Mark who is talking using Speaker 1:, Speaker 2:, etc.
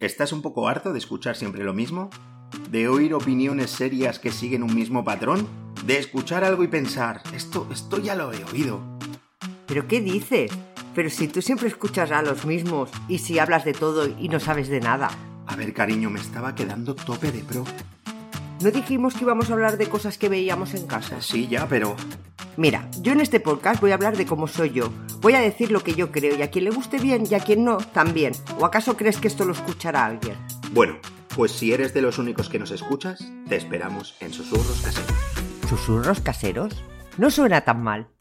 Speaker 1: ¿Estás un poco harto de escuchar siempre lo mismo? ¿De oír opiniones serias que siguen un mismo patrón? ¿De escuchar algo y pensar, esto, esto ya lo he oído?
Speaker 2: ¿Pero qué dices? Pero si tú siempre escuchas a los mismos y si hablas de todo y no sabes de nada.
Speaker 1: A ver, cariño, me estaba quedando tope de pro.
Speaker 2: ¿No dijimos que íbamos a hablar de cosas que veíamos en casa?
Speaker 1: Sí, ya, pero...
Speaker 2: Mira, yo en este podcast voy a hablar de cómo soy yo. Voy a decir lo que yo creo y a quien le guste bien y a quien no, también. ¿O acaso crees que esto lo escuchará alguien?
Speaker 1: Bueno, pues si eres de los únicos que nos escuchas, te esperamos en Susurros Caseros.
Speaker 2: ¿Susurros caseros? No suena tan mal.